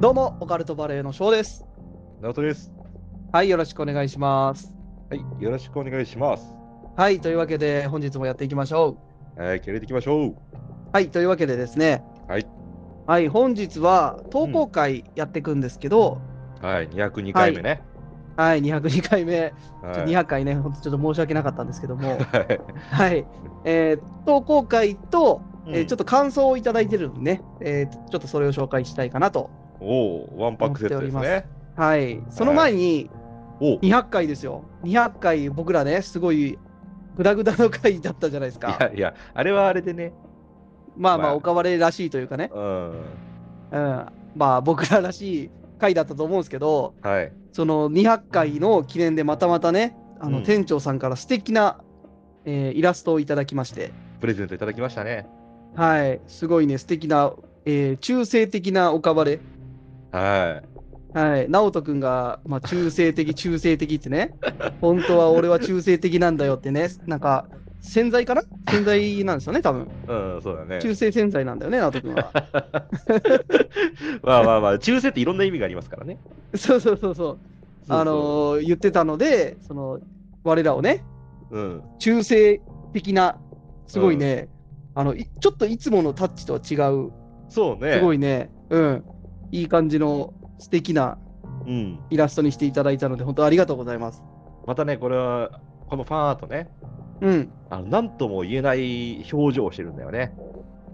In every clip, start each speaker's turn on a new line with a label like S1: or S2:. S1: どうも、オカルトバレーの翔です。
S2: ナオトです。
S1: はい、よろしくお願いします。
S2: はい、よろしくお願いします。
S1: はい、というわけで、本日もやっていきましょ
S2: はい、決めていきましょう。
S1: う。はい、というわけでですね、
S2: はい、
S1: はい、本日は投稿会やっていくんですけど、
S2: はい、202回目ね。
S1: はい、202回目、
S2: は
S1: ちょ
S2: い、
S1: 200回ね、ほんとちょっと申し訳なかったんですけど も、
S2: はい
S1: はい、えー投稿会と、えー
S2: うん
S1: ちょっと感想をいただいてるんでね、えーちょっとそれを紹介したいかなと。
S2: おお、ワンパックセットです
S1: 思っ
S2: ね。
S1: はい、その前に、
S2: おお、い
S1: 200回ですよ。200回、僕らね、すごい、グダグダの回だったじゃないですか。
S2: やいや、あれはあれでね。
S1: まあま
S2: ま
S1: あ、
S2: あ
S1: おかわりらしいというかね、
S2: うん。
S1: うん、まあ、僕ららしい回だったと思うんですけど、
S2: はい。
S1: その200回の記念で、またまたね、あの
S2: うん
S1: 店長さんから素敵な、えーイラストをいただきまして、
S2: プレゼントいただきましたね。
S1: はい、すごいね、素敵な、えー中性的なおかわり、
S2: は
S1: はい、直人君が、まあ、中性 的、中性的ってね、本当は俺は中性的なんだよってね、なんか、洗剤かな洗剤なんですよね、多分
S2: い。うん、そうだね。
S1: 中性洗剤なんだよね、直人君は。
S2: まあまあまあ、中世っていろんな意味がありますからね。
S1: そうそうそうそう。あ
S2: そう
S1: のー言ってたので、その我らをね、
S2: そう、うん。
S1: 中性的な、すごいね、あのいちょっといつものタッチとは違う、
S2: そうね。
S1: すご
S2: い。
S1: いね、うん、いい感じの素敵な
S2: うん。
S1: イラストにしていただいたので、本当ありがとうございます。
S2: またね、これは、このファンアートね、
S1: うん、
S2: あの、なんとも言えない表情をしてるんだよね。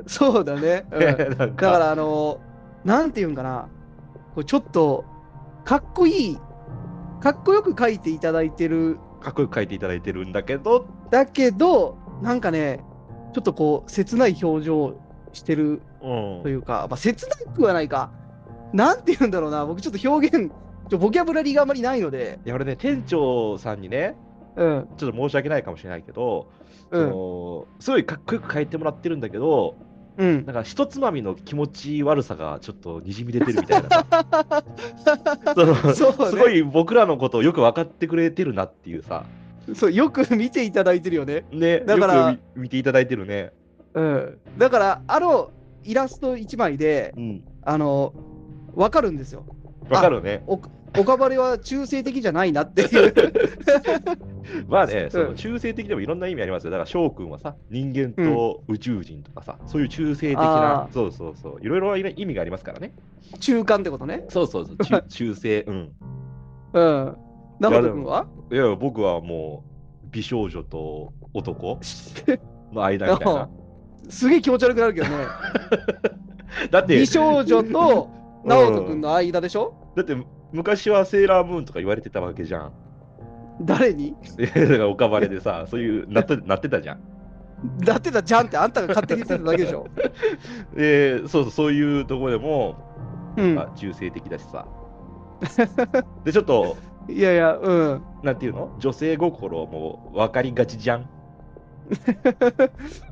S1: そうだね。うん
S2: な
S1: だ
S2: んか
S1: から、あのーなんていうんかな、こうちょっとかっこいい、かっこよく描いていただいてる
S2: かっこよく書いていただいてるんだけど、
S1: だけど、なんかね、ちょっとこう、切ない表情をしてる
S2: うん
S1: というか、まあ、切なくはないか、なんて言うんだろうな、僕ちょっと表現、ちょボキャブラリーがあまりないので、
S2: いや俺ね店長さんにね
S1: うん、
S2: ちょっと申し訳ないかもしれないけど、
S1: うん、
S2: そのすごいかっこよく書いてもらってるんだけど
S1: うん。
S2: なんかひとつまみの気持ち悪さがちょっとにじみ出てるみたい なその
S1: そうね
S2: すごい僕らのことをよく分かってくれてるなっていうさ
S1: そう、よく見ていただいてるよね。
S2: ね
S1: だから
S2: よく見見ていただいてるね
S1: うん。だから、あの、イラスト1枚で
S2: う、ん
S1: あの、わかるんですよ。
S2: 分かるね
S1: おオカバレは中性的じゃないなって いう。
S2: まあねそ
S1: うん
S2: の中性的でもいろんな意味ありますよだから翔くんはさ人間と宇宙人とかさ、そういう中性的
S1: あ
S2: な
S1: ー
S2: そうそうそういろいろ意味がありますからね
S1: 中間ってことね。
S2: そうそう そう中中性うん
S1: うん。なほ君はい
S2: や、僕はもう、美少女と 男の間みたいな。
S1: すげえ気持ち悪くなるけどね。
S2: だって、
S1: 美少女と直人君
S2: の。
S1: の間でしょ、
S2: だって、昔はセーラームーンとか言われてたわけじゃん。
S1: 誰に
S2: えだから、おかばれでさ、そういう、なってなってたじゃん。
S1: だってたじゃんってあんたが勝手に言ってただけでし ょ、
S2: で、そうそう、そういうところでも、
S1: うん、
S2: まあ、中性的だしさ。で、ちょっと、
S1: いやいやうん
S2: なんていうの女性心も分かりがちじゃん。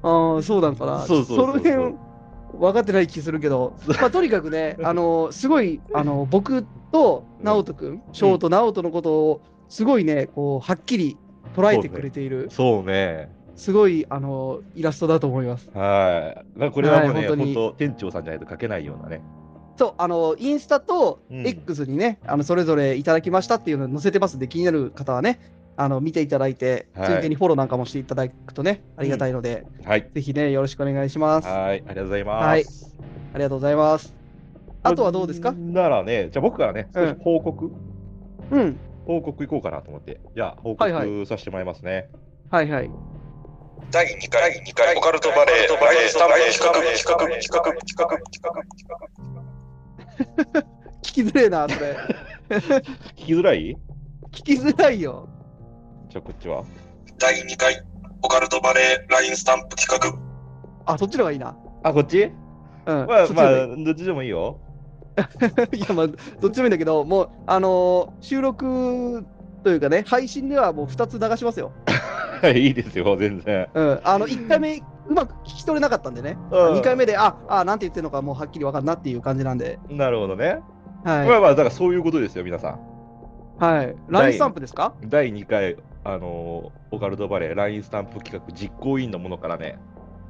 S1: ああそうなんかな
S2: そうそうそうそ
S1: そ
S2: う
S1: の辺分かってない気するけど、まあ、とにかく ねあのすごいあの僕と直人君翔と直人のことをすごいねこうはっきり捉えてくれている、
S2: そうね。
S1: すごいあのイラストだと思います
S2: はい。まあこれはもう
S1: はい
S2: ね、
S1: 本当に
S2: 本当店長さんじゃないと書けないようなね。
S1: そうあのインスタと
S2: うん
S1: X にね、あのそれぞれいただきましたっていうの載せてますんで気になる方はねあの見ていただいて、
S2: はい
S1: ついでにフォローなんかもしていただくとねありがたいので、
S2: はい。
S1: ぜひね、よろしくお願いします。あ
S2: はい、ありがとうございます。
S1: はいりがとうございます。あとはどうですか
S2: ならね、じゃあ僕からね、
S1: うん
S2: 少し報告、
S1: うん。
S2: 報告いこうかなと思って、じゃあ報
S1: はいは
S2: 告させてもらいますね。
S1: はいはい。
S3: 第2回、第2回、オカルトバレー、バレー、スタンプ、比較、比較、比較、比較、比較、比較。
S1: 聞きづれえな、そ れ。
S2: 聞きづらい
S1: 聞きづらいよ。
S2: じゃあこっちは。
S3: 第2回、オカルトバレー、ラインスタンプ、比較。
S1: あ、そっちの方がいいな。
S2: あ、こっち
S1: うん。
S2: まあ、
S1: そっちの
S2: ま
S1: 方がい
S2: あ、どっちでもいいよ。
S1: いいや、まあ、どっちでもいいんだけど、もう、あのー収録というかね、配信ではもう2つ流しますよ。
S2: はい、いいですよ、全然。
S1: うん。あの、1回目、うまく聞き取れなかったんでね。
S2: うん
S1: 2回目で、あ、あ、なんて言ってるのか、もうはっきりわかんなっていう感じなんで。
S2: なるほどね。ま
S1: は
S2: あまあ、だからそういうことですよ、皆さん。
S1: い。はい。ラインスタンプですか
S2: 第2回、あのーオカルトバレー、ラインスタンプ企画実行委員のものからね、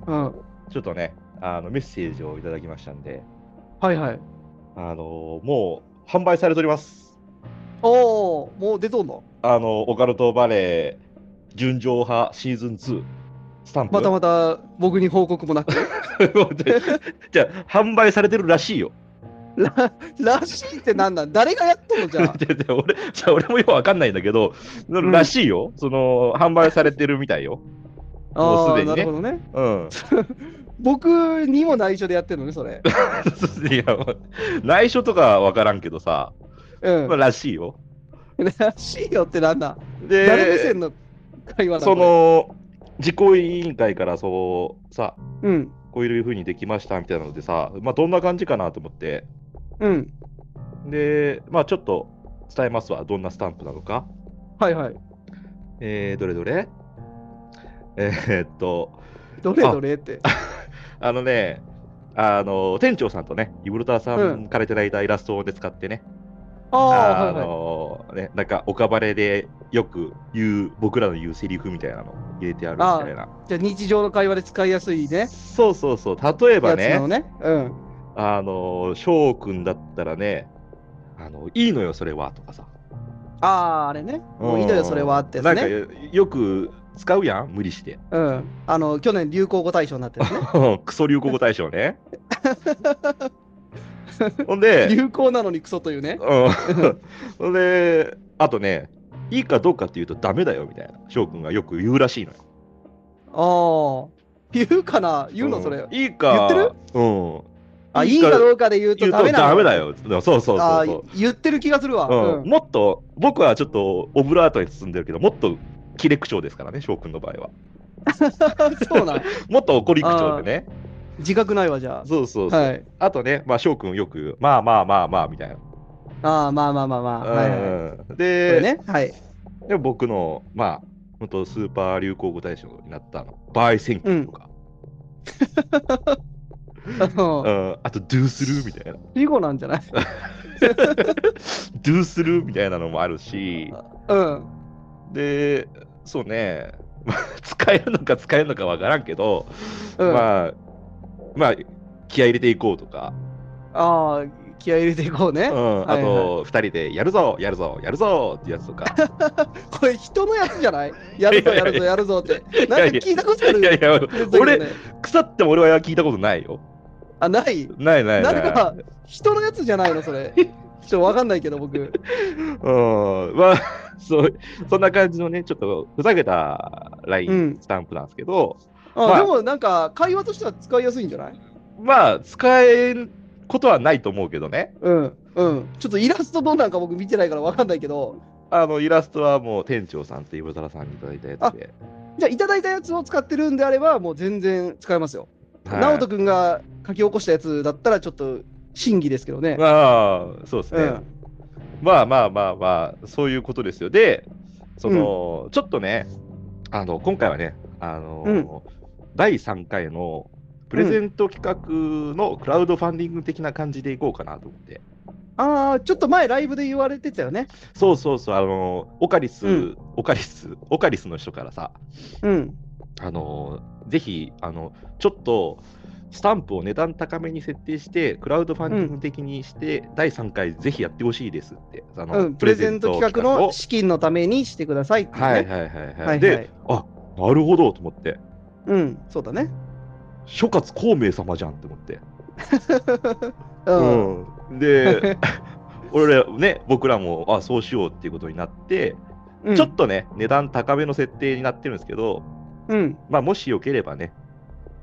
S1: うん。
S2: ちょっとね、あのメッセージをいただきましたんで、
S1: はいはい。
S2: あのもう販売されております。
S1: おお、もう出とんの
S2: あのオカルトバレー純情派シーズン2スタンプ。
S1: またまた僕に報告もなく。
S2: じゃあ販売されてるらしいよ。。
S1: ららしいってなんなん誰がやっとんのじゃあ
S2: でで俺じゃあ俺もよくわかんないんだけど、
S1: ん
S2: らしいよ。その販売されてるみたいよ。もう
S1: あ
S2: す
S1: あー、
S2: でに
S1: な
S2: ね
S1: るほどね。
S2: うん。
S1: 僕にも内緒でやってるのね、それ。
S2: いや内緒とかわからんけどさ、
S1: うん
S2: まあ、。らしいよ。
S1: らしいよってなんなん
S2: で
S1: 誰目線の会話な
S2: そ、の実行委員会からそうさ
S1: これうん。
S2: こういうふうにできましたみたいなのでさ、まあ、どんな感じかなと思って
S1: うん。
S2: でまあちょっと伝えますわどんなスタンプなのか
S1: はいはい。
S2: えー、どれどれ えーっと
S1: どれどれって。
S2: あのねあの店長さんとねイブルタさんからいただいたイラストをで使ってね、
S1: ああー、は
S2: あ
S1: いはい。
S2: のねなんか岡バレでよく言う僕らの言うセリフみたいなの入れてあるみたいな
S1: じゃあ日常の会話で使いやすいね。
S2: そうそうそう例えば
S1: やつな
S2: ね
S1: のね。うん。
S2: あの翔くんだったらねあのいいのよそれはとかさ
S1: ああ、あれね。もういいのよ、それはってやつ
S2: なんか
S1: ね。
S2: よよく使うやん無理して
S1: うん。あの、去年流行語大賞になってるね。
S2: クソ流行語大 賞ねほんで、
S1: 流行なのにクソというね。
S2: うん、ほんであとねいいかどうかっていうとダメだよみたいな翔くんがよく言うらしいのよ
S1: ああ。言うかな言うのそれ。
S2: んいいか
S1: 言って
S2: るうん
S1: あ、いいかどうかで言う
S2: 言
S1: とダ
S2: うと
S1: メなの
S2: ダメだ。よそうそうそう
S1: ああ
S2: そう、
S1: 言ってる気がするわ。
S2: うん
S1: うん
S2: もっと僕はちょっとオブラートに包んでるけどもっと切れ口調ですからね翔くんの場合は
S1: そうなん。
S2: もっと怒り口調でね
S1: 自覚ないわ、じゃ
S2: そうそう
S1: あ。
S2: そう、
S1: はい。
S2: あとねまあ翔くんよくまあまあまあまあみたいな、
S1: ああ、まあまあまあまあ。はいはい。こ
S2: う
S1: れ
S2: んで,、
S1: ね。はい。
S2: で僕のまあ本当スーパー流行語大賞になったの「バイセンキュー」とか、
S1: あの
S2: うんあと「ドゥースルー」みたいな
S1: 囲碁なんじゃない
S2: 「ドゥースルー」みたいなのもあるし
S1: うん。
S2: でそうねまあ 使えるのか使えるのかわからんけど、
S1: うん、あ
S2: まあまあ気合い入れていこうとか、
S1: あ、気合い入れていこうね。
S2: うん、
S1: は
S2: あ
S1: い
S2: と2人でやるぞやるぞやるぞってやつ とか
S1: これ人のやつじゃないやるぞやるぞやるぞって。
S2: やい
S1: な
S2: や
S1: んか聞いたことある
S2: いやいや
S1: 全然
S2: 俺
S1: ね
S2: 腐っても俺は聞いたことないよ
S1: あ、ない。
S2: ないないない
S1: 誰か人のやつじゃないのそれ。ちょっとわかんないけど僕。
S2: うんまあ そうそんな感じのねちょっとふざけたライ
S1: う
S2: ン
S1: ん
S2: スタンプなんですけど、
S1: あ、
S2: まあ
S1: でもなんか会話としては使いやすいんじゃない
S2: まあ使えることはないと思うけどね
S1: うん。うん。ちょっとイラストどうなんか僕見てないからわかんないけど。
S2: あのイラストはもう店長さんと岩沢さんにいただいたやつで
S1: じゃあいただいたやつを使ってるんであればもう全然使えますよ。
S2: はい
S1: 直人くんが書き起こしたやつだったらちょっと審議ですけどね。
S2: まあそうですね、
S1: うん
S2: まあまあまあまあそういうことですよでその、ちょっとねあの今回はねあの、
S1: うん
S2: 第3回のプレゼント企画のクラウドファンディング的な感じでいこうかなと思って、
S1: ああ、ちょっと前ライブで言われてたよね。
S2: そうそうそうあのオカリス、
S1: うん
S2: オカリスオカリスの人からさ
S1: うん。
S2: あのぜひあのちょっとスタンプを値段高めに設定してクラウドファンディング的にして、第3回ぜひやってほしいですってあの、
S1: うん、プレゼント企画の
S2: を
S1: 資金のためにしてくださいっていうね。
S2: はいはいはいはい。
S1: はいはい
S2: で、あなるほどと思って、
S1: うん、そうだね。
S2: 諸葛孔明様じゃんって思って。
S1: うん。
S2: うん で、俺らね、僕らも、あそうしようっていうことになって、
S1: うん
S2: ちょっとね、値段高めの設定になってるんですけど、
S1: うん。
S2: まあ、もしよければね、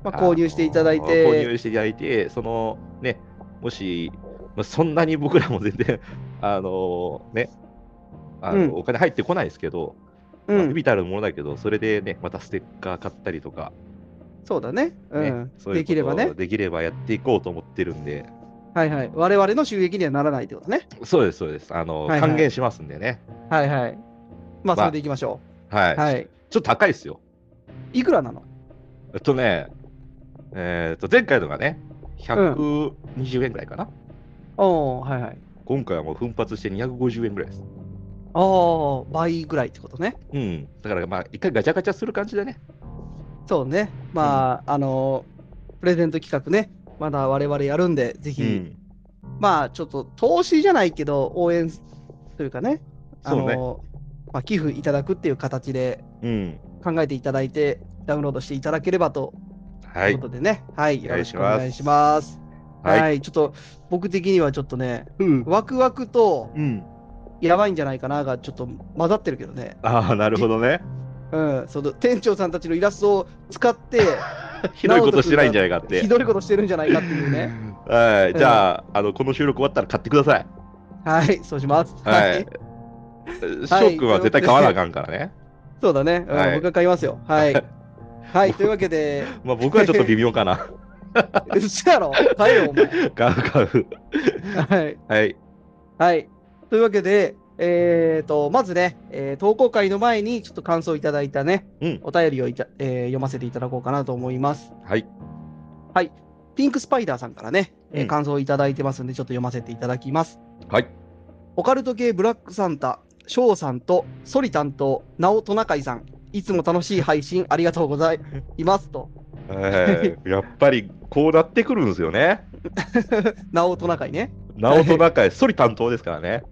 S1: まあ、購入していただい
S2: あの購
S1: て、
S2: 入していただいて、そのね、もし、まあ、そんなに僕らも全然、 あのね、あの
S1: うん
S2: お金入ってこないですけど、
S1: う
S2: まあ、
S1: ん、
S2: ビタルものだけど、それでね、またステッカー買ったりとか、
S1: そうだね。う
S2: ね
S1: ん。
S2: そういう
S1: で
S2: こと
S1: きればね。
S2: できればやっていこうと思ってるんで、
S1: はいはい。我々の収益にはならないってことね。
S2: そうです、そうです。あ
S1: は
S2: の、
S1: いはい
S2: 還元しますんでね。
S1: はいはい。まあ、
S2: ま
S1: そ
S2: あ
S1: れでいきましょ
S2: はい。
S1: う。はい。
S2: ちょっと高いですよ。
S1: いくらなの
S2: えっとね、えーっと、前回のがね、120円ぐらいかな。
S1: おおはいはい。
S2: 今回はもう奮発して250円ぐらいです。
S1: おー倍ぐらいってことね。
S2: うん。だから、まあ、一回ガチャガチャする感じだね。
S1: そうね。まあ、あのープレゼント企画ね。まだ我々やるんで、ぜ
S2: う
S1: ひ
S2: ん。
S1: まあちょっと投資じゃないけど、応援というかね、あ
S2: そうね
S1: のまあ、寄付いただくっていう形で
S2: うん。
S1: 考えていただいて、ダウンロードしていただければと
S2: はいいう
S1: こ。とでね、はい、よろしくお願いします。はい、
S2: はい。
S1: ちょっと僕的にはちょっとね、
S2: うん。
S1: ワクワクと
S2: うん。
S1: やばいんじゃないかながちょっと混ざってるけどね、
S2: ああ、なるほどね。
S1: うん、その店長さんたちのイラストを使って、
S2: ひどいことしてないんじゃないかって
S1: ひ。どいことしてるんじゃないかっていう ね、
S2: はい。じゃあ、あの、この収録終わったら買ってください。
S1: はい、そうします。
S2: はい。翔くんは絶対買わなあかんからね。
S1: そうだね、うん
S2: はい
S1: 僕が買いますよ。はい。 はい、というわけで、
S2: まあ僕はちょっと微妙か な。
S1: 嘘やろ買えよ、お前。
S2: 買う買う。
S1: はい。
S2: はい。
S1: はい。というわけで、えー、と、まずね、えー投稿会の前に、ちょっと感想いただいたね、
S2: うん
S1: お便りをいた、えー読ませていただこうかなと思います。
S2: はい。
S1: ピンクスパイダーさんからね、えー
S2: うん
S1: 感想をいただいてますんで、ちょっと読ませていただきます。
S2: はい。
S1: オカルト系ブラックサンタ、ショウさんと、ソリ担当、ナオトナカイさん、いつも楽しい配信ありがとうございますと。
S2: えーやっぱりこうなってくるんですよね。
S1: ナオトナカイね。
S2: 直人中へ、そり担当ですからね。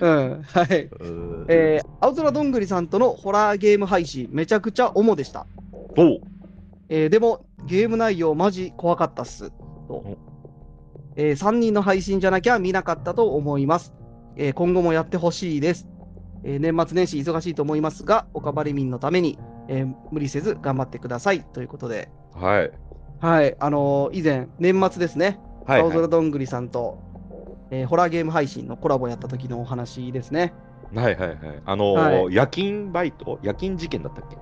S1: うん。はい。
S2: うーん
S1: えー、青空どんぐりさんとのホラーゲーム配信、めちゃくちゃ主でした。
S2: どう
S1: えーでも、ゲーム内容マジ怖かったっす。とえ3人の配信じゃなきゃ見なかったと思います。えー今後もやってほしいです。えー年末年始忙しいと思いますが、おかばり民のために、えー無理せず頑張ってください。ということで、
S2: はい。
S1: はい、あのー以前、年末ですね、
S2: はい、
S1: 青
S2: は
S1: 空どんぐりさんと、えーホラーゲーム配信のコラボやった時のお話ですね。
S2: い。はいはいはい。あのー
S1: は
S2: 夜勤バイト夜勤事件だったっけ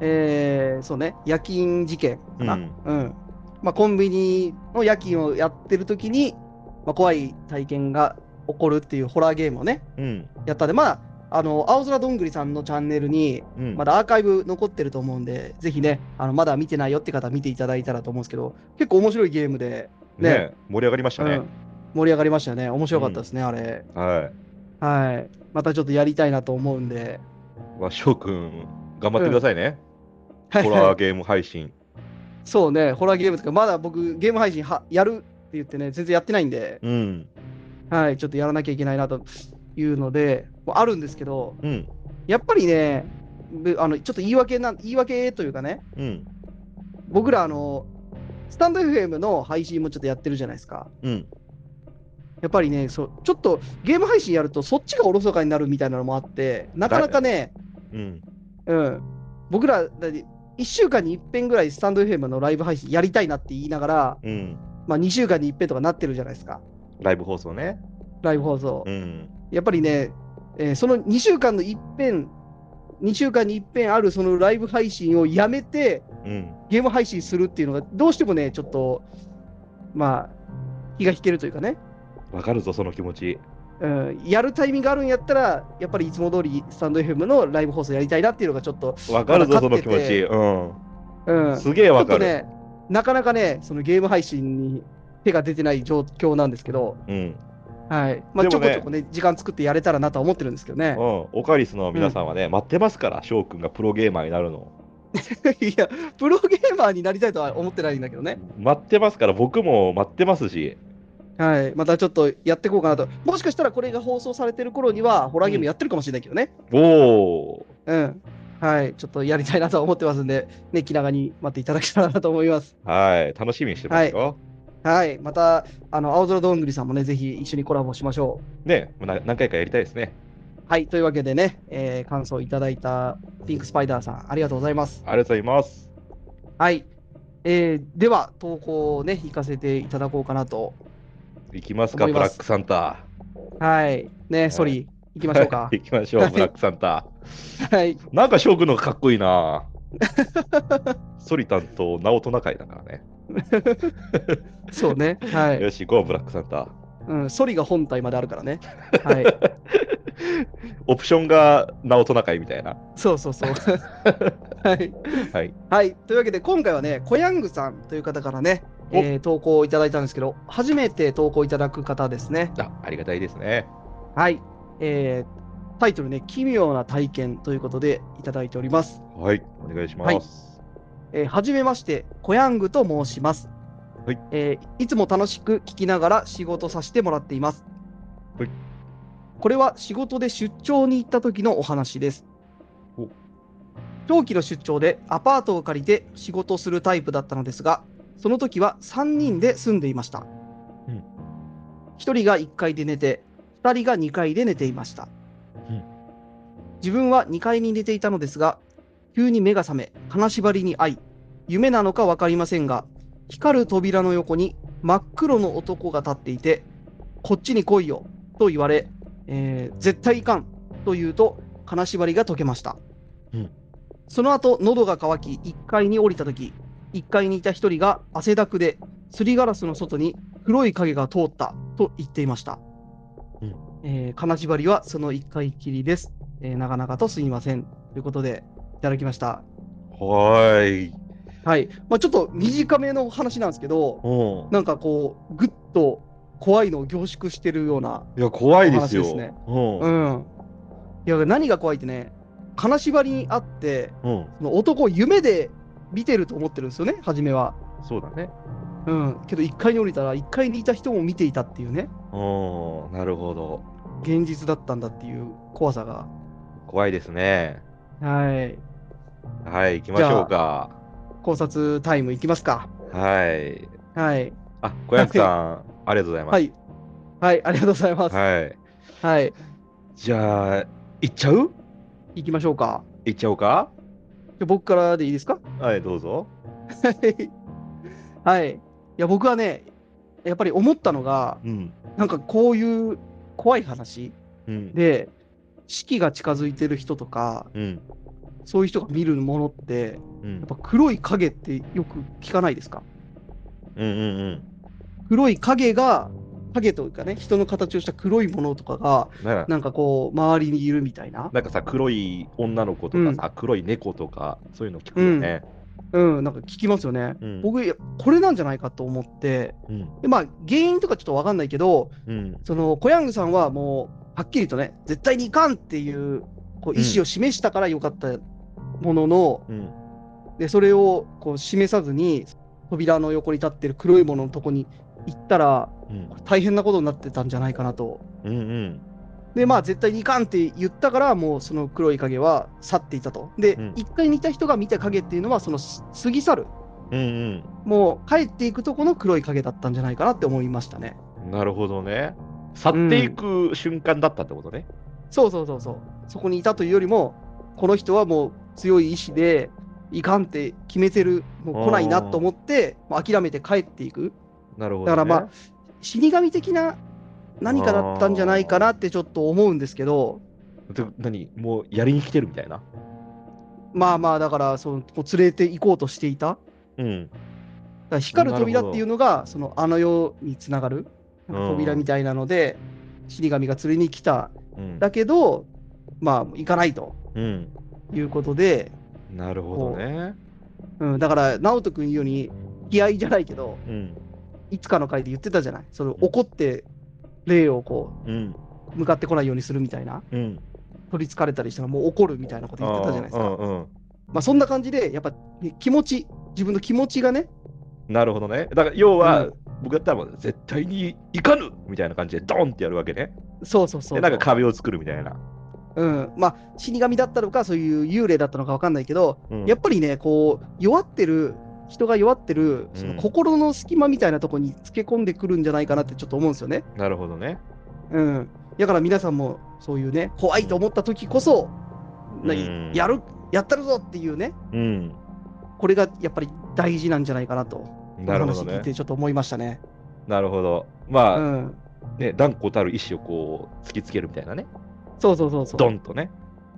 S1: えー、そうね、夜勤事件かな。
S2: う
S1: うんん。まあ、コンビニの夜勤をやってる時に、まあ、怖い体験が起こるっていうホラーゲームをね、
S2: うん。
S1: やったんで、まあ、あの、青空どんぐりさんのチャンネルに、
S2: うん。
S1: まだアーカイブ残ってると思うんで、ぜひね、あのまだ見てないよって方は見ていただいたらと思うんですけど、結構面白いゲームで、
S2: ね
S1: ね
S2: 盛り上がりました
S1: う
S2: ね
S1: ん。盛り上がりましたよね。面白かったですね、あれ。
S2: は
S1: はい。またちょっとやりたいなと思うんで。
S2: い。わ、翔くん、頑張ってくださいね。
S1: はい
S2: ホラーゲーム配信。
S1: そうね、ホラーゲームとか、まだ僕、ゲーム配信はやるって言ってね、全然やってないんで、
S2: うん。
S1: はい、ちょっとやらなきゃいけないなというので、もうあるんですけど、
S2: うん。
S1: やっぱりね、ぶあのちょっと言い訳な言い訳というかね、
S2: うん。
S1: 僕らあの、スタンド FM の配信もちょっとやってるじゃないですか。
S2: うん。
S1: やっぱりねそう、ちょっとゲーム配信やると、そっちがおろそかになるみたいなのもあって、なかなかね、
S2: うん。
S1: うん、僕ら、だ1週間に一遍ぐらいスタンド FM のライブ配信やりたいなって言いながら、
S2: うん。
S1: まあ、2週間に一遍とかなってるじゃないですか。
S2: ライブ放送ね。
S1: ライブ放送。
S2: うん。
S1: やっぱりね、えーその2週間の一遍、2週間に一遍あるそのライブ配信をやめて、
S2: うん。
S1: ゲーム配信するっていうのが、どうしてもね、ちょっと、まあ、気が引けるというかね、
S2: わかるぞ、その気持ち。
S1: うん、やるタイミングがあるんやったら、やっぱりいつも通りスタンド FM のライブ放送やりたいなっていうのがちょっと、
S2: わかるぞ、そ
S1: まだ
S2: の
S1: 勝っ
S2: 気
S1: て
S2: 持ち。
S1: て
S2: う
S1: うん、
S2: ん。
S1: ち
S2: すげえ
S1: ょ
S2: わ
S1: っ
S2: か
S1: と
S2: る。
S1: ね、なかなかね、そのゲーム配信に手が出てない状況なんですけど、
S2: うん。
S1: はいまあ、
S2: で
S1: ちょ
S2: も
S1: こ
S2: ね
S1: ちょこね、時間作ってやれたらなとは思ってるんですけどね
S2: う。ん、オカリスの皆さんはね、待ってますから、翔くんがプロゲーマーになるの。
S1: いや、プロゲーマーになりたいとは思ってないんだけどね。
S2: 待ってますから、僕も待ってますし、
S1: はい。またちょっとやっていこうかなと。もしかしたらこれが放送されてる頃には、ホラーゲームやってるかもしれないけどね。
S2: おー、
S1: うん。はい。ちょっとやりたいなとは思ってますんで、ね、気長に待っていただけたらなと思います。
S2: はい、楽しみにしてますよ。
S1: はい。また、あの、青空どんぐりさんもね、ぜひ一緒にコラボしましょう。
S2: ねな、何回かやりたいですね。
S1: はい。というわけでね、えー感想いただいたピンクスパイダーさん、ありがとうございます。
S2: ありがとうございます。
S1: はい。えーでは、投稿をね、行かせていただこうかなと。
S2: 行きますか、
S1: 思い
S2: ブ
S1: ます
S2: ラックサンタ。。
S1: はい。ね、ソリ、行きましょうか
S2: 行きましょ
S1: は
S2: う、
S1: い
S2: ブラックサンタ。
S1: はい。
S2: なんか翔くんの方がかっこい いな。ソリタンとナオトナカイだからね。
S1: そうね。はい。
S2: よし、行こう、ブラックサンタ。
S1: うん、ソリが本体まであるからね。はい。
S2: オプションがナオトナカイみたいな。
S1: そうそう そう。はい。
S2: はい。
S1: はい。というわけで、今回はね、コヤングさんという方からね、
S2: お
S1: えー投稿をいただいたんですけど、初めて投稿いただく方ですね。
S2: あありがたいですね。
S1: はい。えータイトルね、奇妙な体験ということでいただいております。
S2: はい、お願いします。
S1: えーはじめまして、コヤングと申します。
S2: はい
S1: えーいつも楽しく聞きながら仕事させてもらっています。
S2: はい
S1: これは仕事で出張に行った時のお話です
S2: お。
S1: 長期の出張でアパートを借りて仕事をするタイプだったのですが、その時は3人で住んでいました。
S2: うん
S1: 1人が1階で寝て、2人が2階で寝ていました。
S2: うん
S1: 自分は2階に寝ていたのですが、急に目が覚め、金縛りに遭い、夢なのか分かりませんが、光る扉の横に真っ黒の男が立っていて、こっちに来いよと言われ、えー絶対いかんと言うと、金縛りが解けました。
S2: うん
S1: その後、喉が渇き、1階に降りたとき、1階にいた1人が汗だくで、すりガラスの外に黒い影が通ったと言っていました。
S2: うん
S1: えー金縛りはその1回きりです。えー長々とすみません。ということで、いただきました。
S2: はーい。
S1: はい。まあ、ちょっと短めの話なんですけど、
S2: う
S1: なんかこう、ぐっと怖いのを凝縮してるような。
S2: ん。いや、怖いですよ。
S1: お話ですね
S2: うん。
S1: う
S2: うん。
S1: ん。いや、何が怖いってね、金縛りにあって、
S2: うん。
S1: その男を夢で見てると思ってるんですよね、初めは。
S2: そうだね。
S1: うん。けど、1階に降りたら、1階にいた人も見ていたっていうね、
S2: うん。なるほど。
S1: 現実だったんだっていう怖さが。
S2: 怖いですね。
S1: はい。
S2: はい、行きましょうか。
S1: 考察タイムいきますか。
S2: はい。
S1: はい。
S2: あ、小籔さん、ありがとうございます。
S1: はい。はい、ありがとうございます。
S2: はい。
S1: はい。
S2: じゃあ、行っちゃう
S1: 行きましょうか。
S2: 行っちゃおうか
S1: じゃあ僕からでいいですか
S2: はい、どうぞ。
S1: はい。いや、僕はね、やっぱり思ったのが、
S2: うん。
S1: なんかこういう怖い話
S2: うん。
S1: で、死期が近づいてる人とか、
S2: うん。
S1: そういう人が見るものって、
S2: うん
S1: やっ。ぱ黒い影ってよく聞かないですか
S2: うんうんうん。
S1: 黒い影が、影というかね、人の形をした黒いものとかが、
S2: なんか
S1: なんかこう、周りにいるみたいな。
S2: なんかさ、黒い女の子とかさ、黒い猫とか、そういうの聞くよね。
S1: うん、なんか聞きますよね。
S2: うん。
S1: 僕、いやこれなんじゃないかと思って、
S2: うん。
S1: でまあ、原因とかちょっとわかんないけど、
S2: うん。
S1: その小ヤングさんはもうはっきりとね絶対にいかんっていうこう
S2: うん
S1: 意思を示したからよかったものの、
S2: うん。
S1: でそれをこう示さずに扉の横に立ってる黒いもののとこに行ったら
S2: うん。
S1: 大変なことになってたんじゃないかなと。
S2: うん。うん。
S1: でまあ絶対にいかんって言ったからもうその黒い影は去っていたと。で、
S2: うん
S1: 一回にいた人が見た影っていうのはそのす過ぎ去る
S2: うん。
S1: もう帰っていくとこの黒い影だったんじゃないかなって思いましたね。
S2: うん。なるほどね。去っていく瞬間だったってことね。
S1: そうそうそうそう。そこにいたというよりも、この人はもう強い意志で、いかんって決めてる、もう来ないなと思って、もう諦めて帰っていく。
S2: なるほど、ね。
S1: だからまあ、死神的な何かだったんじゃないかなってちょっと思うんですけど、
S2: で何もうやりに来てるみたいな。
S1: まあまあ、だからその、こう連れて行こうとしていた。
S2: うん。
S1: だから光る扉っていうのが、そのあの世につながる、
S2: うん
S1: なんか扉みたいなので、死神が連れに来た。
S2: うん。
S1: だけど、まあ、行かないと
S2: うん。
S1: いうことで、
S2: なるほどね。
S1: うん、だから、直人君言うように、気合いじゃないけど、
S2: うん。
S1: いつかの回で言ってたじゃない、その
S2: ん
S1: 怒って、霊をこ
S2: うん。
S1: う向かってこないようにするみたいな、
S2: うん。
S1: 取りつかれたりしたら、もう怒るみたいなこと言ってたじゃないです
S2: うん
S1: か。
S2: うん。
S1: まあ、そんな感じで、やっぱ、ね気持ち、自分の気持ちがね、
S2: なるほどね。だから要
S1: う
S2: は、
S1: ん
S2: 僕だったらもう絶対にいかぬみたいな感じでドンってやるわけね。
S1: そうそうそう、
S2: でなんか壁を作るみたいな。
S1: うんまあ、死神だったのか、そういう幽霊だったのか分かんないけど、
S2: うん
S1: やっぱりね、こう、弱ってる、人が弱ってる、その心の隙間みたいなとこにつけ込んでくるんじゃないかなってちょっと思うんですよね。
S2: なるほどね。
S1: うん、だから皆さんもそういうね怖いと思った時こそ、な
S2: うん
S1: やるやったるぞっていうね
S2: うん。
S1: これがやっぱり大事なんじゃないかなと
S2: なるほど
S1: この話聞
S2: ね
S1: い。てちょっと思いましたね。
S2: なるほど。ま
S1: う
S2: あ、
S1: ん、
S2: ね、断固たる意志をこう突きつけるみたいなね。
S1: そうそうそうそ
S2: ド
S1: う、
S2: ンとね。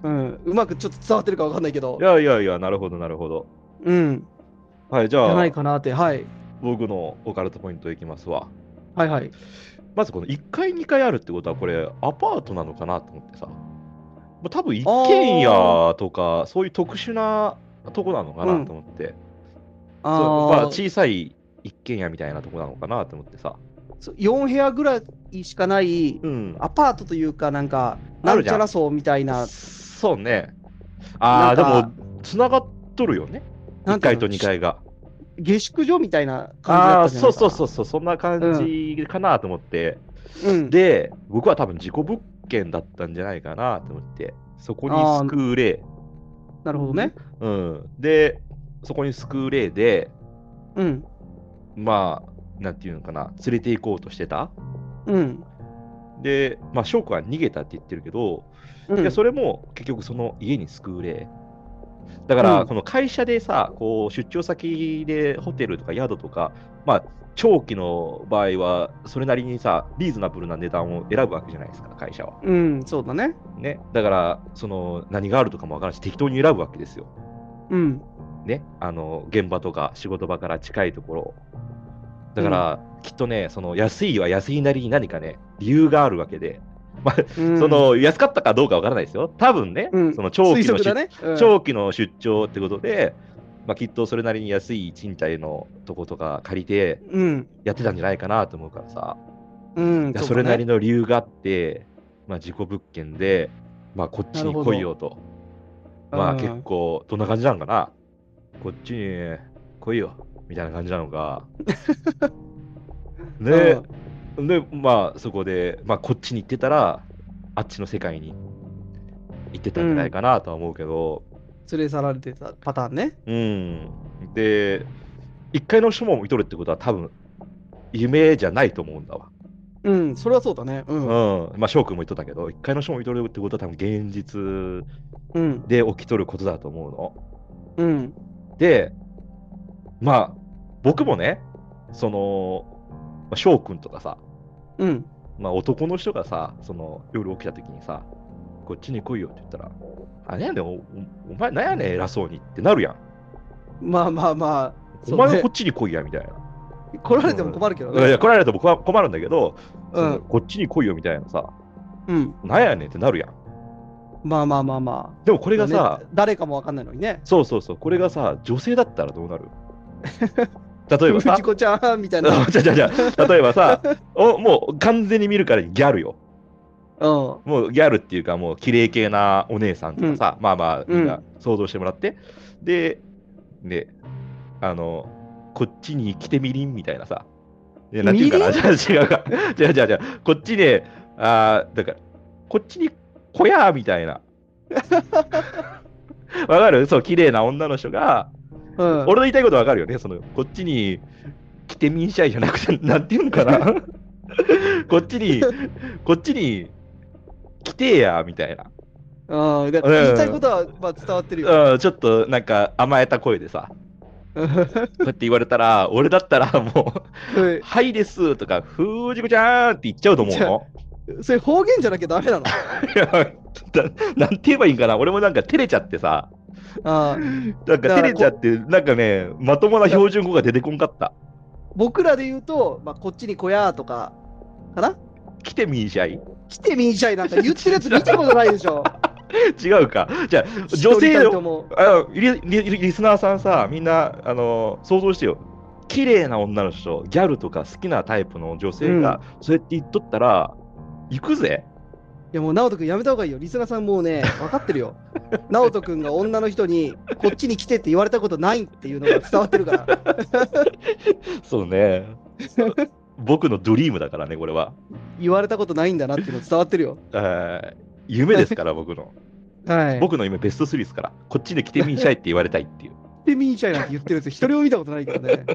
S1: うん、うまくちょっと伝わってるかわかんないけど
S2: い、やいやいや、なるほどなるほど。
S1: うん、
S2: はい、じ
S1: じゃ
S2: ゃ
S1: な
S2: あ
S1: い、かなって、はい、
S2: 僕のオカルトポイントいきますわ。
S1: はいはい
S2: まずこの1階、2階あるってことは、これ、アパートなのかなと思ってさ、まあ、多分一軒家とか、そういう特殊なとこなのかなと思って、
S1: あ
S2: そうまあ、
S1: ー
S2: 小さい一軒家みたいなとこなのかなと思ってさ、
S1: そう4部屋ぐらいしかない
S2: うん、
S1: アパートというかなんか
S2: あ
S1: な
S2: る
S1: ん
S2: じ
S1: ち
S2: ゃん
S1: ゃら層みたいな
S2: そうね、あ
S1: な
S2: あ、
S1: ん
S2: で
S1: か
S2: も、つながっとるよね、
S1: な
S2: 1
S1: んていう
S2: 階
S1: の
S2: と2階が。
S1: 下宿所みたいな
S2: ああ
S1: 感
S2: ー、
S1: じだ
S2: そ
S1: ったじゃないですか。
S2: うそうそうそう、そんな感じかなと思って。
S1: う。ん、
S2: で、僕は多分事故物件だったんじゃないかなと思って、そこに救う例。
S1: なるほどね。
S2: うん、で、そこに救う例で、
S1: うん。
S2: まあ、なんていうのかな、連れて行こうとしてた。
S1: うん。
S2: で、まあ、翔子は逃げたって言ってるけど、
S1: う
S2: いや
S1: ん、
S2: それも結局その家に救う例。だから、
S1: うん
S2: この会社でさ、こう出張先でホテルとか宿とか、まあ、長期の場合は、それなりにさ、リーズナブルな値段を選ぶわけじゃないですか、会社は。
S1: うん、そうだね。
S2: ね。だから、その何があるとかも分からんし、適当に選ぶわけですよ。
S1: うん。
S2: ね。あの、現場とか仕事場から近いところをだから、きっとね、その安いは安いなりに何かね、理由があるわけで、
S1: うん
S2: そ、の安かったかどうかわからないですよ。多分ね、
S1: うん
S2: その長
S1: 推
S2: 期の
S1: 測
S2: 出
S1: だね。うん
S2: 長期の出張ってことで、まあ、きっとそれなりに安い賃貸のとことか借りて
S1: うん。
S2: やってたんじゃないかなと思うからさ、
S1: うん
S2: い。や
S1: う
S2: そ
S1: だ
S2: れ
S1: ね
S2: なりの理由があって、まあ、事故物件で、まあ、こっちに来いよと、まあ、
S1: うん
S2: 結構どんな感じなのかな、こっちに来いよみたいな感じなの か。で、でまあ、そこで、まあ、こっちに行ってたら、あっちの世界に行ってたんじゃないかなとは思うけど、
S1: 連れ去られてたパターンね。
S2: うん。で、一回の人も見とるってことは多分、夢じゃないと思うんだわ。
S1: うん、それはそうだね。うん。
S2: うん。まあ、翔くんも言っとったけど、一回の人も見とるってことは多分現実
S1: うん。
S2: で起きとることだと思うの。
S1: うん。
S2: で、まあ、僕もね、その、まあ翔くんとかさ、
S1: うん。
S2: まあ、男の人がさ、その夜起きた時にさ、こっちに来いよって言ったら、あ、なんやねん、おおお前、なんやねん、偉そうにってなるやん。
S1: まあまあまあ。そ
S2: お前
S1: う
S2: は
S1: ね
S2: こっちに来いや、みたいな。
S1: 来られても困るけど
S2: いや
S1: ね。
S2: 来られると僕は困るんだけど、
S1: う
S2: その
S1: ん。
S2: こっちに来いよみたいなさ、
S1: うん。
S2: なんやねんってなるやん。
S1: まあまあまあまあ。
S2: でもこ
S1: こ
S2: れがさ、
S1: 誰かもわかんないのにね。
S2: そうそうそう、これがさ、女性だったらどうなる例えば さ
S1: 藤、子ちゃんみたいな。
S2: じゃじゃじゃ例えばさお、もう完全に見るからにギャルよ。
S1: うん。
S2: もうギャルっていうか、もう綺麗系なお姉さんとかさ、まあまあ、みんな想像してもらって、で、ね、あの、こっちに来てみりんみたいなさ、いやなんていうかな、じゃ あ違うか、じゃあじゃあじゃあこっちね、あーだから、こっちに来やーみたい な。わかるそう、綺麗な女の人が、
S1: うん。
S2: 俺の言いたいことわかるよね、その、こっちに来てみんしゃいじゃなくて、 なんていうのかな。こっちに、こっちに来てや、みたいな。
S1: うん、だ
S2: うん
S1: 言いたいことは、まあ、伝わってるよ。
S2: うん、ちょっとなんか甘えた声でさ、
S1: は
S2: こうやって言われたら、俺だったらもう、
S1: い
S2: はいですとか、藤子ちゃんって言っちゃうと思うの。
S1: それ方言じゃなきゃダメなの。
S2: いや ななんて言えばいいんかな、俺もなんか照れちゃってさ、
S1: ああ
S2: なんか照れちゃって、なんかね、まともな標準語が出てこんかった。
S1: 僕らで言うと、まあ、こっちに来やーとか、かな
S2: 来てみんしゃい
S1: 来てみんしゃいなんて言ってるやつ見たことないでし ょ。
S2: 違うか。じゃあ、女性
S1: 一人だと
S2: の
S1: 思う
S2: あのリリリリスナーさんさ、みんな、あの想像してよ。綺麗な女の人、ギャルとか好きなタイプの女性が、そうやって言っとったら、行くぜ。
S1: いやもう直人君やめた方がいいよ。リスナーさんもうね、分かってるよ。直人君が女の人にこっちに来てって言われたことないっていうのが伝わってるから。
S2: そうね。僕のドリームだからね、これは。
S1: 言われたことないんだなっていうの伝わってるよ。
S2: えー夢ですから、僕 の。
S1: はい。僕、
S2: 僕の夢、ベスト3ですから。こっちに来てみんしゃいって言われたいっていう。
S1: 来てみんしゃいなんて言ってるやつ一人も見たことないからね。
S2: だか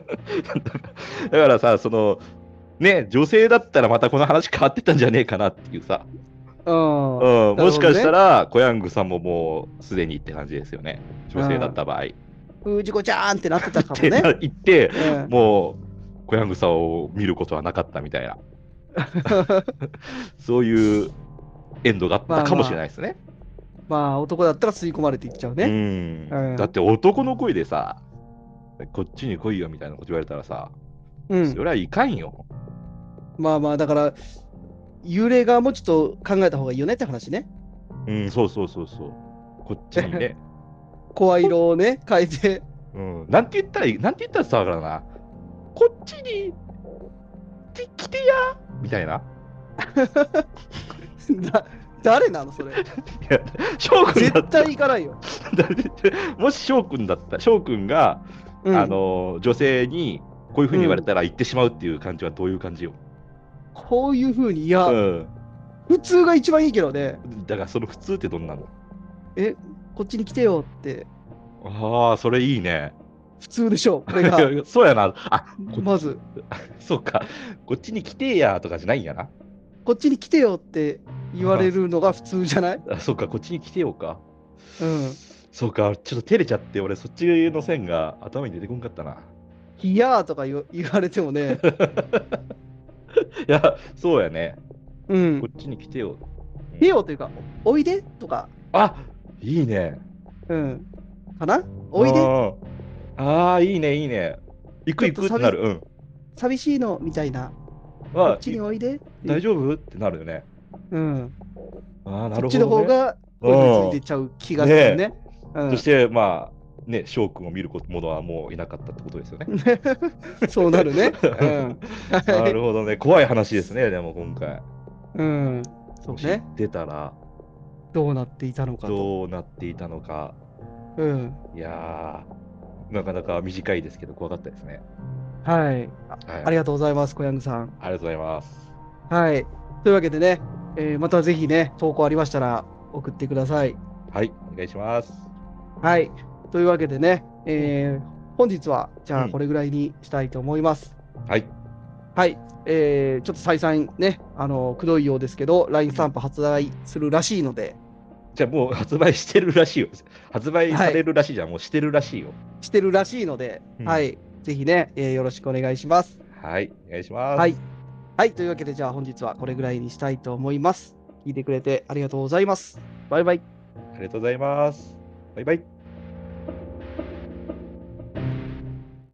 S2: らさ、その、ね、女性だったらまたこの話変わってたんじゃねえかなっていうさ。
S1: うん。
S2: う
S1: なるほ
S2: ん、
S1: どね
S2: もしかしたら、コヤングさんももうすでにって感じですよね。女性だった場合。
S1: 藤子ちゃんってなってたかも
S2: って
S1: ね。
S2: な言って、
S1: うん
S2: もう、小ヤングさんを見ることはなかったみた いな、そういうエンドがあったかもしれないですね。
S1: まあ男だったら吸い込まれていっちゃうね。
S2: うん
S1: うん
S2: だって男の声でさ、こっちに来いよみたいなこと言われたらさ、
S1: うん。
S2: それはいかんよ。
S1: まあまあだから幽霊側もちょっと考えた方がいいよねって話ね。
S2: うん、そうそうそうそう。こっちに ね。
S1: 声色をね変えて。
S2: うん、なんて言ったらいい、なんて言ったら伝わるかな。こっちにき来てやみた いな。
S1: だ誰なの それ。
S2: いや、翔くんだっ
S1: 絶
S2: たら
S1: 対行かないよ。
S2: だってもし翔くんだった、翔くんが、
S1: うん
S2: あの女性にこういうふうに言われたら言ってしまうっていう感じはどういう感じよ、
S1: こういうふうに、いうや、
S2: ん
S1: 普通が一番いいけどね、
S2: だからその普通ってどんなの
S1: こっちに来てよって、
S2: ああそれいいね
S1: 普通でし ょ、これが。
S2: そうやなあこ
S1: まず、
S2: そうかこっちに来てやとかじゃないんやな
S1: こっちに来てよって言われるのが普通じゃない
S2: あそうかこっちに来てよか
S1: うん。
S2: そうかちょっと照れちゃって俺そっちの線が頭に出てこんかったない
S1: やーとか言わ言われても ね、
S2: いやそうやね
S1: うん
S2: こ。っちに来てよ
S1: 来てよというか、おいでとか、
S2: あいいね
S1: うん。かなおいで
S2: あーあーいいねいいね行く行くってなるうん
S1: 寂しいのみたいな。こ
S2: あ
S1: っちにおいで
S2: 大丈夫ってなるよね
S1: うん。
S2: ああな
S1: そ
S2: る
S1: っ
S2: ほど、ね、
S1: ちの方が、
S2: うん
S1: 追いついてちゃう気がするね。う
S2: そしてまあね翔くんを見ることものはもういなかったってことですよね
S1: ん。そうなる ね。
S2: なるほどね怖い話ですねでも今回
S1: うん。うん。そう
S2: 知っ
S1: ね。
S2: てたら
S1: どうなっていたのかと。
S2: どうなっていたのか
S1: うん。
S2: いやーなかなか短いですけど怖かったですね、
S1: はい。
S2: はい、
S1: あり
S2: ありが
S1: がとうございます、小籔さん。
S2: とうございます
S1: はい。というわけでね、えーまたぜひね、投稿ありましたら送ってください。
S2: はいお願いします
S1: はい。というわけでね、えー本日は、じゃ
S2: う
S1: あ
S2: ん
S1: これぐらいにしたいと思います。
S2: はい
S1: はい。えーちょっと再三ね、あの、くどいようですけど、LINE スタンプ発売するらしいので、
S2: じゃあもう 発売してるらしいよ発売されるらしいじゃん、もうしてるらしいよ
S1: してるらしいので、
S2: うん
S1: はい。ぜひね、えーよろしくお願いします。
S2: はいお願いします
S1: はい。はい。というわけで、じゃあ本日はこれぐらいにしたいと思います。聞いてくれてありがとうございます。バイバイ。
S2: ありがとうございますバイバイ